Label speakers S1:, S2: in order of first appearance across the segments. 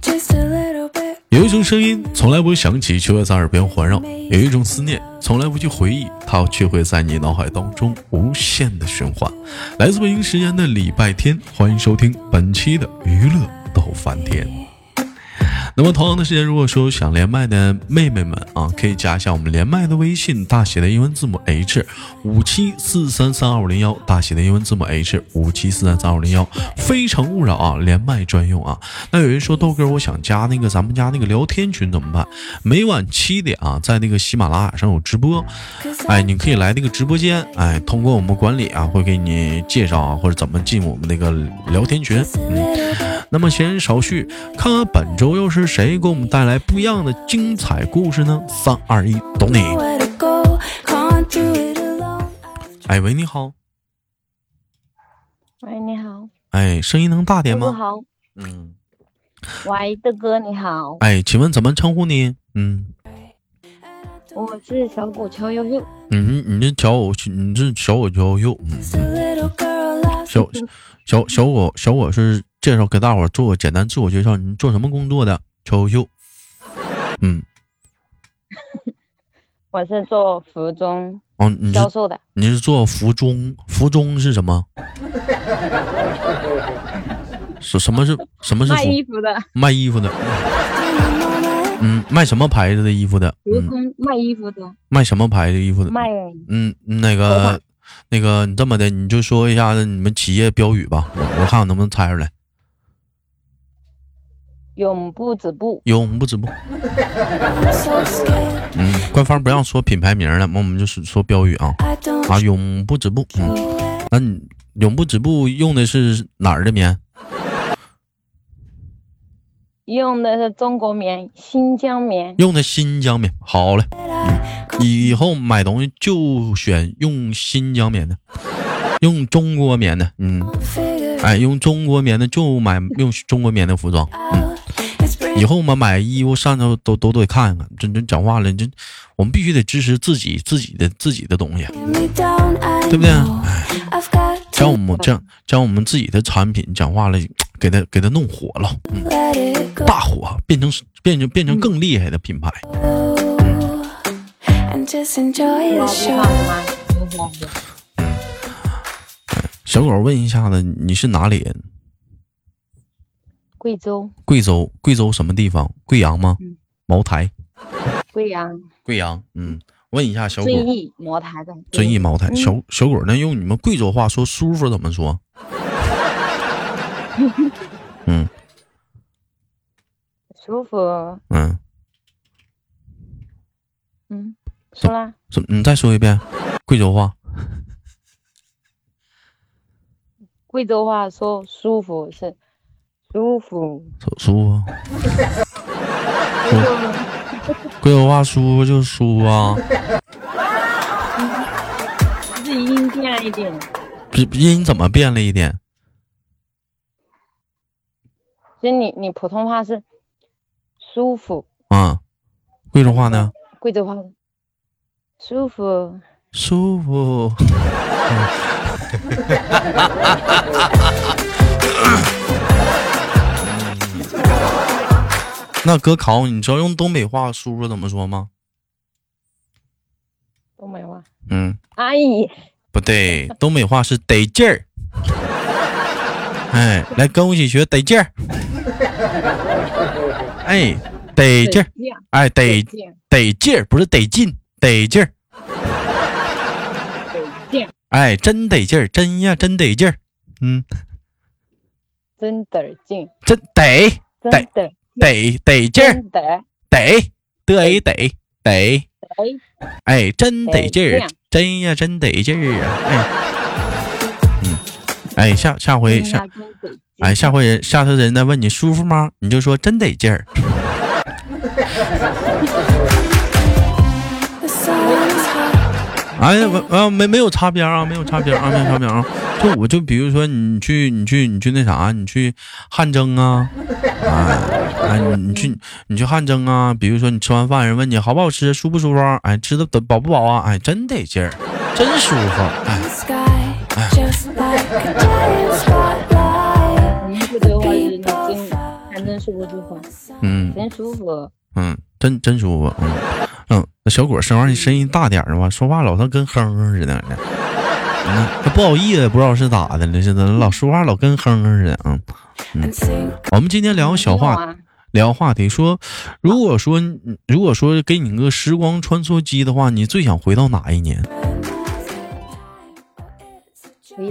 S1: just a little bit
S2: 有一种声音从来不会响起，却会在耳边环绕；有一种思念从来不去回忆，它却会在你脑海当中无限的循环。来自北京时间的礼拜天，欢迎收听本期的娱乐到翻天。那么同样的时间，如果说想连麦的妹妹们啊，可以加一下我们连麦的微信，大写的英文字母 H 五七四三三二五零幺，大写的英文字母 H 五七四三三二五零幺，非诚勿扰啊，连麦专用啊。那有人说豆哥，我想加那个咱们家那个聊天群怎么办？每晚七点啊，在那个喜马拉雅上有直播，哎，你可以来那个直播间，哎，通过我们管理啊，会给你介绍啊，或者怎么进我们那个聊天群。
S1: just a little bit
S2: 那么闲言少叙，看看本周又是谁给我们带来不一样的精彩故事呢？三二一，懂你。
S1: nowhere to go gone through it alone
S2: 哎喂，你好，
S3: 喂，你好，
S2: 哎，声音能大
S3: 豆
S2: 点
S3: 哥
S2: 吗？
S3: 好，
S2: 嗯，
S3: 喂，豆哥你好，
S2: 哎，请问怎么称呼你？嗯
S3: 我是小狗乔悠悠，
S2: 嗯，你这小我，你这小我娇幼，嗯，
S1: just a little girl lost
S2: 小小小我小我是介绍给大伙儿做个简单自我介绍，你做什么工作的？娇幼，嗯，
S3: 我是做服装
S2: 哦，你
S3: 销
S2: 是
S3: 售的，
S2: 你是做服装，服装是什么？什什么是什么是
S3: 卖
S2: 服
S3: 衣服的，
S2: 卖衣服的，
S1: in the moment
S2: 嗯，卖什么牌子的衣服的？
S3: 服
S2: 嗯，
S3: 装卖衣服的，
S2: 卖什么牌子衣服的？
S3: 卖
S2: 嗯，那
S3: 头
S2: 个
S3: 发，
S2: 那个，你这么的，你就说一下子你们企业标语吧，我我看我能不能猜出来。
S3: 永不止步，
S2: 永不止步。
S1: I'm so scared
S2: 嗯，官方不让说品牌名了，那我们就是说标语啊
S1: I don't
S2: 啊，永不止步。嗯，
S1: know where
S2: 那你永不止步用的是哪儿的棉？
S3: 用的是中国棉、新疆棉，
S2: 用的新疆棉。好嘞，嗯
S1: I go
S2: 以后买东西就选用新疆棉的，用中国棉的。嗯，
S1: figure it
S2: 哎，用中国棉的就买用中国棉的服装。
S1: out it's
S2: 以
S1: breathing
S3: 嗯
S2: 后我们买衣服上头都都得看看，这这讲话了，这我们必须得支持自己自己的自己的东西，
S1: me down I
S2: 对不对？
S1: know I've got
S2: 将我
S1: to
S2: 们将将我们自己的产品讲话了，给它给它弄火了，嗯，
S1: let it go
S2: 大火变成变成变成
S3: 嗯
S2: 更厉害的品牌。
S1: and just enjoy
S3: 老
S1: the
S3: 地方
S1: show
S3: 的吗？有点儿
S2: 小狗问一下子，你是哪里人？
S3: 贵州、
S2: 贵州，贵州什么地方？贵阳吗
S3: 嗯？
S2: 茅台，
S3: 贵阳、
S2: 贵阳，嗯，问一下小
S3: 遵
S2: 狗，
S3: 义、嗯茅台的，
S2: 遵义
S3: 对
S2: 茅台。小小狗，那用你们贵州话说舒服怎么说？嗯
S3: 舒服，
S2: 嗯。
S3: 嗯，说啦，
S2: 怎么？你再说一遍，贵州话。
S3: 贵州话说舒服是舒服，
S2: 舒舒服， 贵州话舒服就舒服啊，
S3: 就是音变了一点，
S2: 这音怎么变了一点？
S3: 其实你你普通话是舒服，
S2: 啊，贵州话呢？
S3: 贵州话舒服，
S2: 舒服。 那哥考你，你知道用东北话舒服怎么说吗？
S3: 东北话。
S2: 嗯，
S3: 啊阿姨，
S2: 不对，东北话是得劲儿。哎，来跟我一起学得劲儿。哎，得劲儿，哎，得
S3: 得劲，
S2: 得劲儿，不是得劲，得劲儿。
S3: 得劲，
S2: 哎，真得劲儿，真呀，真得劲儿。嗯，
S3: 真得劲，
S2: 真得
S3: 真
S2: 得
S3: 得
S2: 得得劲儿，
S3: 真得
S2: 得得一得得，
S3: 哎，
S2: 哎，真得劲
S3: 得
S2: 儿
S3: 劲，
S2: 真呀，真得劲儿啊。哎，嗯，哎，下下回
S3: 真
S2: 下
S3: 呀真得劲，
S2: 哎，下回人下次人再问你舒服吗？你就说真得劲儿。
S1: the sun is hot
S2: 哎呀，我啊没没有擦边啊，没有擦边啊，没有擦边啊。就我就比如说你去你去你去那啥，你去汗蒸啊，啊啊你你去你去汗蒸啊。比如说你吃完饭，人问你好不好吃，舒不舒服啊？哎，吃的饱不饱啊？哎，真得劲儿，真舒服。哎
S1: in the sky just like a giant spotlight
S3: 我们贵州话是真，反正舒服就好，
S2: 嗯
S3: 真舒服。
S2: 嗯，真真舒服，嗯嗯，那小果声玩意声音大点儿的吧，说话老他跟哼哼似的，嗯，他不好意思，不知道是咋的了，似的老说话老跟哼哼似的，嗯。
S1: and sink
S2: 我们今天聊小话
S3: 没有啊，
S2: 聊话题说，如果说你如果说给你个时光穿梭机的话，你最想回到哪一年？
S3: 回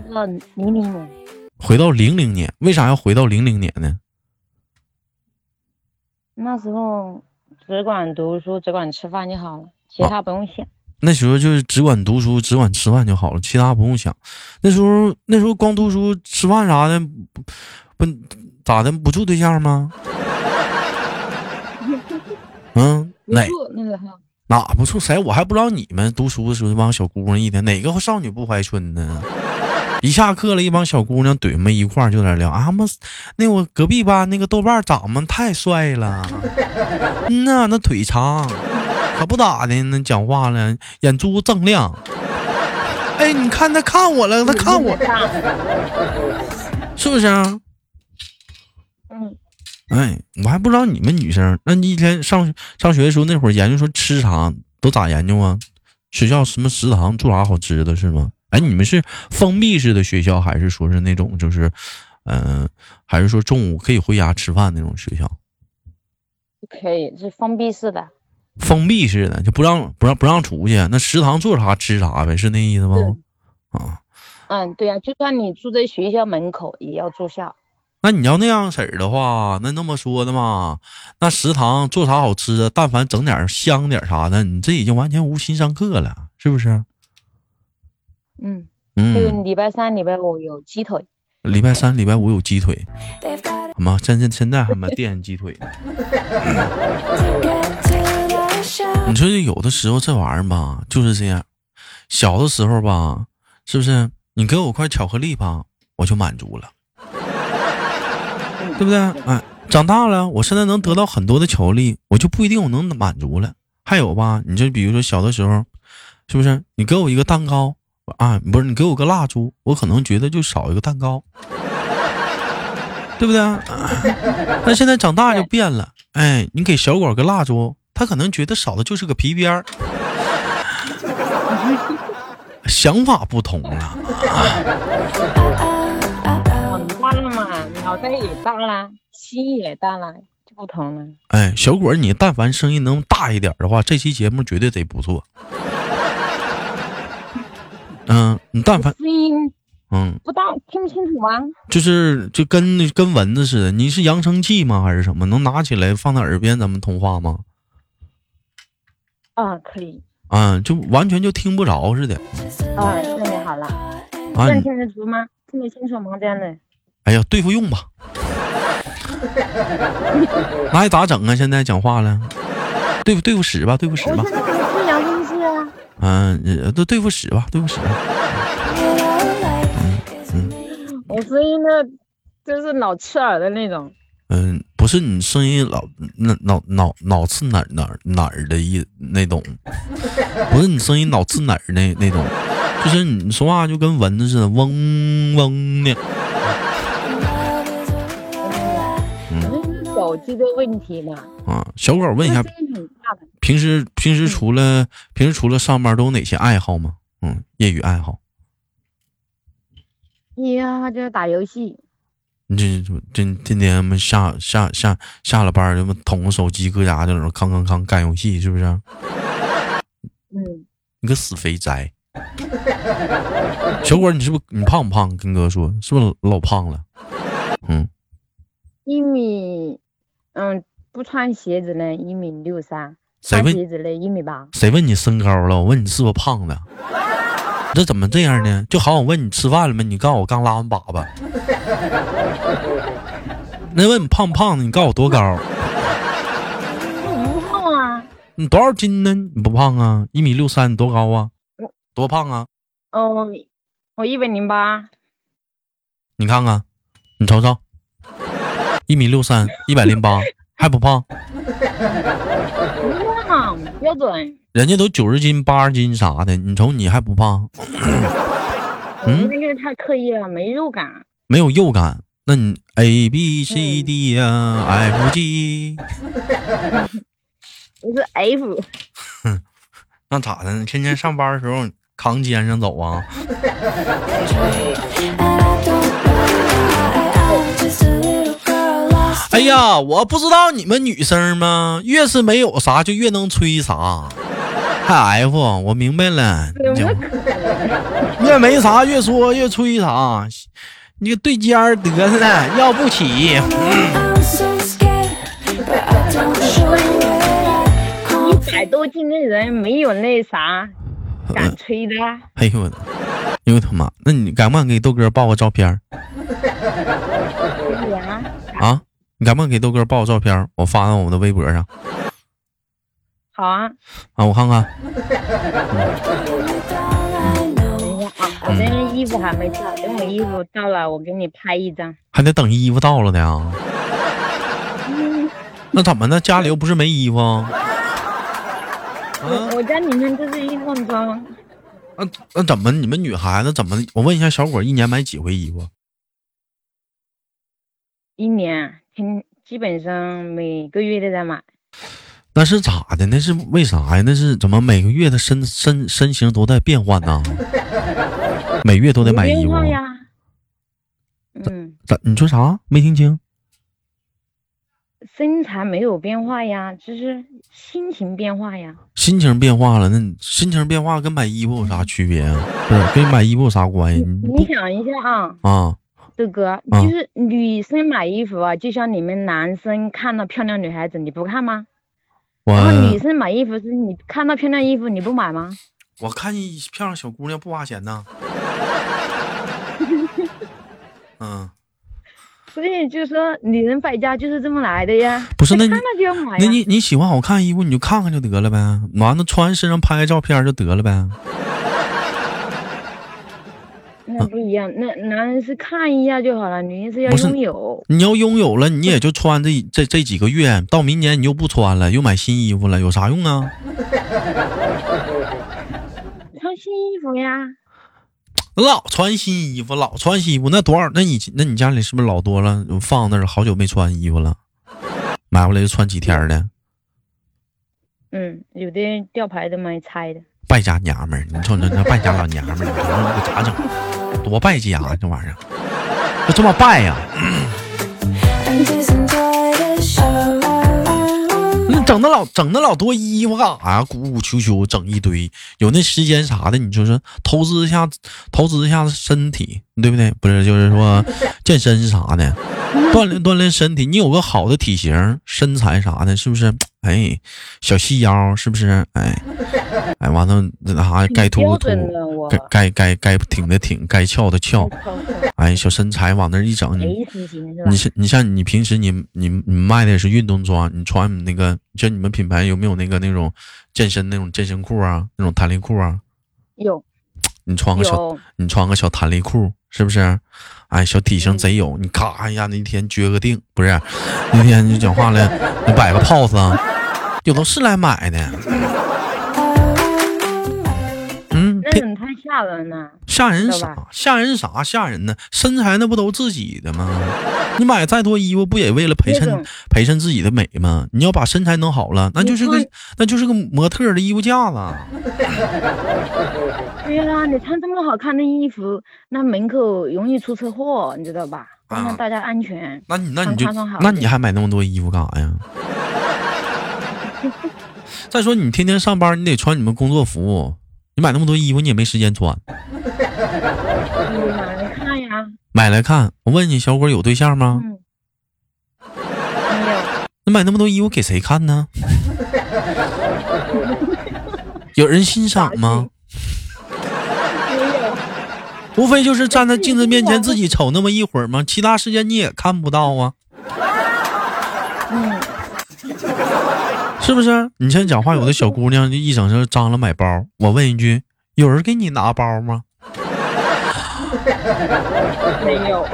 S3: 到零零年，
S2: 回到零零年？为啥要回到零零年呢？
S3: 那时候只管读书，只管吃饭就好了，其他不用想。
S2: 那时候就是只管读书，只管吃饭就好了，其他不用想。那时候那时候光读书、吃饭啥的，不不咋的不处对象吗？ 嗯，
S3: 不
S2: 哪
S3: 住那时候
S2: 哪不处谁？我还不知道你们读书的时候，这帮小姑娘一天哪个少女不怀春呢？ 一下课了，一帮小姑娘怼们一块儿就在那聊啊妈，那我隔壁班那个豆瓣儿长得太帅了，嗯呐，那腿长，可不咋的，那讲话了，眼珠锃亮。哎，你看他看我了，他看我，是不是啊？
S3: 嗯，
S2: 哎，我还不知道你们女生，那你一天上上学的时候，那会儿研究说吃啥都咋研究啊？学校什么食堂做啥好吃的是吗？哎，你们是封闭式的学校，还是说是那种就是，嗯、还是说中午可以回家吃饭那种学校？
S3: 可以是封闭式的，
S2: 封闭式的就不让不让不让出去，啊那食堂做啥吃啥呗，是那意思吗？啊，
S3: 嗯，对呀、就算你住在学校门口，也要住校。
S2: 那你要那样式儿的话，那那么说的嘛，那食堂做啥好吃的，但凡整点儿香点儿啥的，你这已经完全无心上课了，是不是？
S3: 嗯，这个
S2: 嗯，
S3: 礼拜三、礼拜五有鸡腿，
S2: 礼拜三、礼拜五有鸡腿，
S1: They've got
S2: 妈，现现现在还没惦记鸡腿呢。
S1: to get to the show.
S2: 你说这有的时候这玩意儿吧，就是这样。小的时候吧，是不是？你给我块巧克力吧，我就满足了，对不对？哎，长大了，我现在能得到很多的巧克力，我就不一定我能满足了。还有吧，你就比如说小的时候，是不是？你给我一个蛋糕啊，不是你给我个蜡烛，我可能觉得就少一个蛋糕，对不对？啊但现在长大就变了，哎，你给小狗个蜡烛，他可能觉得少的就是个皮鞭儿，想法不同了。
S1: Uh-oh, uh-oh.
S3: 长大了嘛，脑袋也大了，心也大了，就不同了。
S2: 哎，小果儿，你但凡声音能大一点的话，这期节目绝对得不错。嗯，你但凡
S3: 声音
S2: 嗯，
S3: 不大，听不清楚吗？
S2: 就是就跟跟蚊子似的，你是扬声器吗？还是什么？能拿起来放在耳边咱们通话吗？
S3: 啊，可以，
S2: 啊，就完全就听不着似的
S1: Just a
S3: 啊，这
S1: little
S3: 样就好了。
S1: Mm.
S2: 啊！
S3: 这样
S2: 你
S3: 听得足吗？听得清楚吗？这样的，
S2: 哎呀，对付用吧，那还咋整啊？现在讲话了，对付对付使吧，对付使
S3: 我
S2: 吧
S3: 现，在还是杨公司啊。
S2: 嗯、呃都对付使吧，对付使吧。
S1: life is me.
S3: 我声音呢，就是老刺耳的那种，
S2: 嗯、不是你声音老那脑脑脑刺哪儿哪儿哪儿的意那种，不是你声音脑刺哪儿那那种，就是你说话就跟蚊子似的，嗡嗡的。
S1: Love is a real life.
S3: 就是嗯手机的问题嘛。
S2: 啊，小狗问一下
S3: 声，音很大的，
S2: 平时平时除了平时除了上班都有哪些爱好吗？嗯，业余爱好。
S3: 哎呀，就是打游戏，
S2: 你这这这天天他妈下下下下了班儿，他妈捅个手机搁家就在那儿康康康干游戏，是不是？
S3: 嗯，
S2: 你个死肥宅！小伙儿，你是不是你胖不胖？跟哥说，是不是老胖了？嗯，
S3: 一米，嗯，不穿鞋子呢，一米六三，
S2: 谁问
S3: 穿鞋子呢，一米八。
S2: 谁问你身高了？我问你是不是胖的？你这怎么这样呢？就好，我问你吃饭了没？你告诉我刚拉完粑粑。那问你胖不胖的？你告诉我多高？
S3: 不胖啊，
S2: 你多少斤呢？你不胖啊？一米六三，你多高啊？多胖啊？
S3: 哦，我一百零八，
S2: 你看看，你瞅瞅，一米六三，一百零八，还不胖，
S3: 不胖，标准。
S2: 人家都九十斤、八十斤啥的，你瞅你还不胖，嗯
S3: 我们这个太刻意了，没肉感。
S2: 没有肉感。那你 A B C D 呀、f G，
S3: 我是 F，
S2: 那咋的？天天上班的时候扛肩上走啊？哎呀，我不知道你们女生吗？越是没有啥，就越能吹啥。还 F，我明白了，你就越没啥越说越吹啥，你对尖儿得了，要不起。
S3: 百多斤的人没有那啥
S2: 呃
S3: 敢吹的，
S2: 哎呦我的，哎呦我他妈！那你敢不敢给豆哥爆个照片儿
S3: 可以啊，
S2: 啊？你敢不敢给豆哥爆个照片儿？我发到我们的微博上
S3: 好啊，
S2: 啊，我看看。
S3: 啊我这衣服还没到，等我衣服到了，我给你拍一张。
S2: 还得等衣服到了呢。那怎么的？家里又不是没衣服啊？
S3: 我我家里面就是一套装，
S2: 那、那怎么？你们女孩子怎么？我问一下，小伙一年买几回衣服？
S3: 一年天基本上每个月都在买。
S2: 那是咋的？那是为啥呀？那是怎么每个月的身身身形都在变换呢？ 每月都得买衣
S3: 不
S2: 服哦吗
S3: 变化？呀。嗯，
S2: 咋？你说啥？没听清？
S3: 身材没有变化呀，就是心情变化呀。
S2: 心情变化了，那你心情变化跟买衣服有啥区别啊？不是跟买衣服有啥关系？你
S3: 你想一下啊，
S2: 啊，
S3: 豆哥，
S2: 嗯
S3: 就是女生买衣服啊，就像你们男生看到漂亮女孩子你不看吗？然后女
S2: 我
S3: 生买衣服是你看到漂亮衣服你不买吗？
S2: 我看见漂亮小姑娘不花钱 呐。嗯，
S3: 所以就说女人败家就是这么来的呀。
S2: 不是那你
S3: 看到就要买
S2: 那
S3: 呀。
S2: 你你喜欢好看衣服你就看看就得了呗，完了穿身上拍个照片就得了呗。
S3: 那不一样，那男人是看一下就好了，女人是要
S2: 不是
S3: 拥有。
S2: 你要拥有了，你也就穿这这这几个月，到明年你又不穿了，又买新衣服了，有啥用啊？
S3: 穿新衣服呀，
S2: 老穿新衣服，老穿新衣服，那多少？那你那你家里是不是老多了？放那儿好久没穿衣服了，买回来就穿几天的，
S3: 嗯，有的人吊牌都没拆的。
S2: 败家娘们儿！你瞅你这败家老娘们儿，你说这咋整？多败家啊，这玩意儿，这这么败呀、 那整那老整那老多衣服干啥呀？鼓鼓秋秋整一堆，有那时间啥的，你就是投资一下，投资一下身体，对不对？不是，就是 说健身啥的，
S3: 嗯
S2: 锻炼锻炼身体。你有个好的体型、身材啥的，是不是？哎，小细腰是不是？哎， 哎，完了那啥，该凸
S3: 标
S2: 凸，
S3: 准的嗯我
S2: 该该该该挺的挺，该翘的翘。
S3: 靠
S2: 哎，小身材往那儿一整，你
S3: S 型是吧
S2: 嗯你？像你像你平时你你你卖的也是运动装，你穿你那个，就你们品牌有没有那个那种健身那种健身裤啊，那种弹力裤啊？
S3: 有
S2: 你穿个小
S3: 有，
S2: 你穿个小弹力裤，是不是？哎，小体
S3: 嗯
S2: 型贼有，你咔哎呀，那一天撅个腚，不是？那天你讲话了，你摆个 pose，啊，有都是来买的，嗯，
S3: 那
S2: 别
S3: 种太吓人了。
S2: 吓人
S3: 知道
S2: 啥
S3: 吧？
S2: 吓人啥？吓人呢？身材那不都自己的吗？你买再多衣服，不也为了陪
S3: 那
S2: 衬
S3: 种
S2: 陪衬自己的美吗？你要把身材弄好了，那就是
S3: 你
S2: 个
S3: 看
S2: 那就是个模特儿的衣服架子。
S3: 对呀、你穿这么好看的衣服，那门口容易出车祸，你知道吧？
S2: 啊
S3: 让大家安全。
S2: 那你那你就
S3: 穿穿好
S2: 那你还买那么多衣服干啥呀？ 再说你天天上班，你得穿你们工作服，你买那么多衣服，你也没时间穿。
S3: 啊你买来看呀，
S2: 买来看，我问你，小伙儿有对象吗？
S3: 嗯，没有，
S2: 那买那么多衣服给谁看呢？有人欣赏吗？无非就是站在镜子面前自己瞅那么一会儿吗？其他时间你也看不到啊。是不是？你像讲话，有的小姑娘就一整就张罗买包。我问一句，有人给你拿包吗？
S3: 没有，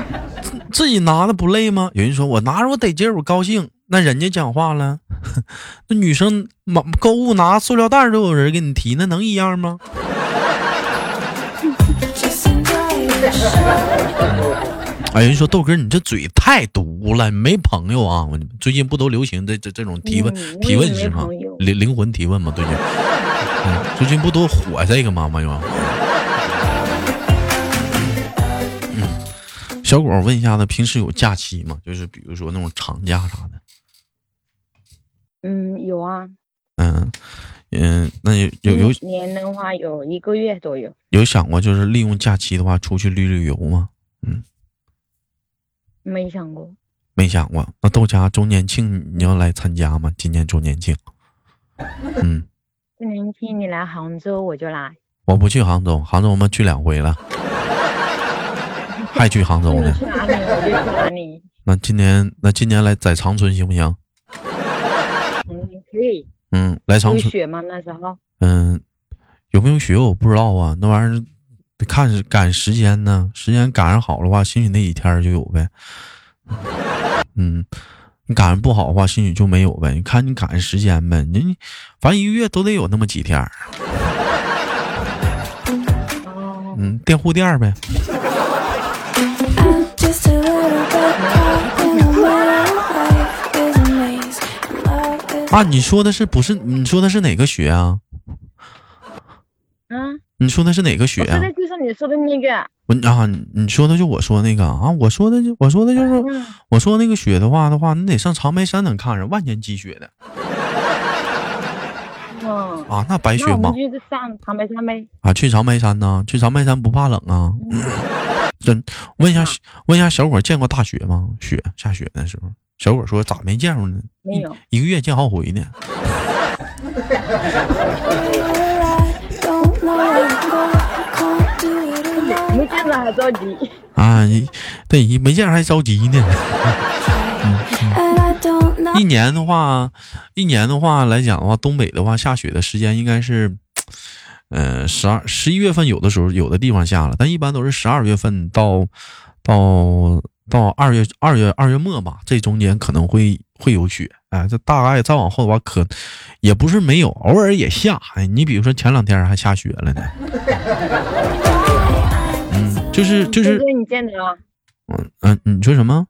S2: 自己拿的不累吗？有人说我拿着我得劲儿，我高兴。那人家讲话了， 那女生买购物拿塑料袋儿都有人给你提，那能一样吗？哎，人说豆哥，你这嘴太毒了，你没朋友啊！我最近不都流行这这这种提问、
S3: 嗯
S2: 提问
S3: 我也
S2: 是
S3: 没
S2: 吗
S3: 朋友？
S2: 灵灵魂提问吗？最近，嗯，最近不都火这个吗？网友。嗯，小果，我问一下子，平时有假期吗？就是比如说那种长假啥的。
S3: 嗯，有啊，
S2: 嗯嗯，那有有有
S3: 一年的话有一个月左右。
S2: 有想过，就是利用假期的话出去旅旅游吗？
S3: 没想过，
S2: 没想过。那豆家周年庆你要来参加吗？今年周年庆？嗯，
S3: 今年听你来杭州我就来。
S2: 我不去杭州，杭州我们去两回了，还去杭州
S3: 你
S2: 呢。
S3: 去哪里我就去哪里。
S2: 那今年那今年来在长春行不行？
S3: 嗯，可以。
S2: 嗯，来长
S3: 有
S2: 春，
S3: 雪吗？那时候
S2: 嗯，有没有雪我不知道啊，那玩意儿得看是赶时间呢，时间赶上好的话，兴许那几天儿就有呗。 嗯，你赶上不好的话，兴许就没有呗。你看你赶上时间呗，你反正一个月都得有那么几天儿。
S3: 哦，
S2: 嗯，店护店儿呗。
S1: I'm just a little bit caught in the middle. Life is a maze. Love is
S2: 啊，你说的是不是？你说的是哪个雪啊？
S3: 啊，
S2: 你说的是哪个雪
S3: 我
S2: 啊
S3: 说？的就是你说的那个，
S2: 我啊，你你说的就我说那个啊，我说的就我说的就是
S3: 嗯，
S2: 我说那个雪的话的话，你得上长白山能看着，万年积雪的
S3: 嗯，
S2: 啊，那白雪
S3: 那我
S2: 茫
S3: 们就是上长白山呗。
S2: 啊，去长白山呢？去长白山不怕冷啊？
S3: 嗯
S2: 真问一下，问一下小伙见过大雪吗？雪下雪的时候，小伙说咋没见过呢？
S3: 没有，
S2: 一个月见好回呢。
S1: where I don't know where to go. I can't do it alone.
S3: 没见着还着急。
S2: 啊，一对，一没见着还着急呢。
S1: And I don't know
S2: 一年的话，一年的话来讲的话，东北的话下雪的时间应该是，呃，十二十一月份有的时候有的地方下了，但一般都是十二月份到到到二月二月二月末吧，这中间可能会会有雪。哎，这大概再往后的话可，也不是没有，偶尔也下。哎，你比如说前两天还下雪了呢。 嗯，就是就
S3: 哥
S2: 是，
S3: 哥，你见着啊？
S2: 嗯嗯、你说什么？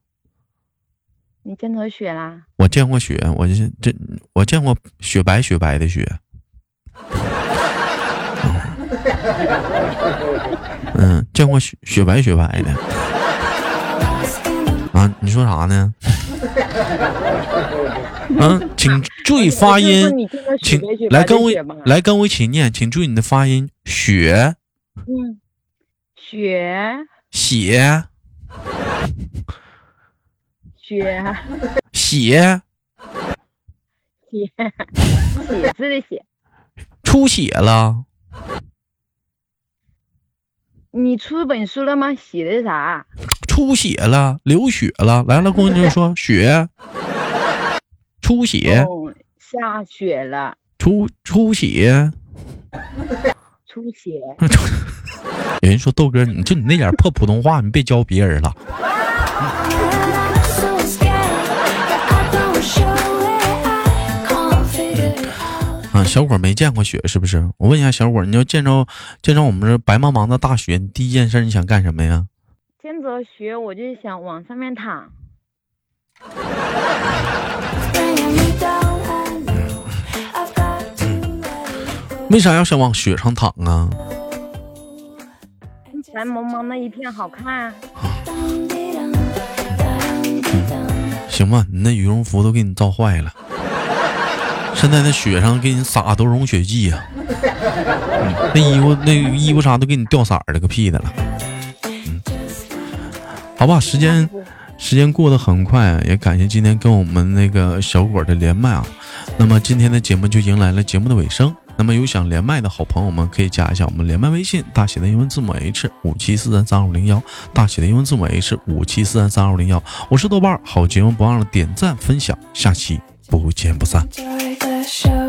S3: 你见着雪啦？
S2: 我见过雪，我就是这我见过雪白雪白的雪。嗯，见过雪雪白雪白的
S1: what's in the
S2: 啊！你说啥呢？嗯，请注意发
S3: 就是
S2: 音
S3: 说，你见着雪
S2: 请
S3: 白雪白
S2: 来
S3: 的
S2: 跟我
S3: 雪吗？
S2: 来跟我一起念，请注意你的发音：雪
S3: 嗯，雪
S2: 血
S3: 雪
S2: 血
S3: 雪写字的写。
S2: 出血了，
S3: 你出本书了吗？写的啥？
S2: 出血了，流血了。来了，姑娘就说雪出血
S3: 哦，下雪了，
S2: 出出血。
S3: 出血。
S2: 嗯有人说豆哥，你就你那点破普通话，你别教别人了。
S1: I'm so scared, but I don't show it. I can't figure it out.
S2: 啊，小伙没见过雪是不是？我问一下小伙，你要见着见着我们这白茫茫的大雪，你第一件事你想干什么呀？
S3: 见着雪我就想往上面躺。
S1: Bringing me down, I know I've got to let it
S2: 为啥要想往雪上躺啊？
S1: go. And just
S3: 白茫茫的一片好看、啊，
S1: dum-dee-dum, dum-dee-dum.
S2: 行吧，你那羽绒服都给你造坏了，现在那雪上给你撒都融雪剂呀、嗯那衣服那衣服啥都给你掉色儿了，个屁的了。嗯
S1: Just like
S2: 好吧，时间时间过得很快，也感谢今天跟我们那个小伙的连麦啊。那么今天的节目就迎来了节目的尾声。那么有想连麦的好朋友们，可以加一下我们连麦微信，大写的英文字母 H 五七四三三二五零幺，大写的英文字母 H 五七四三三二五零幺。我是豆瓣儿，好节目不忘了点赞分享，下期不见不散。
S1: enjoy the show.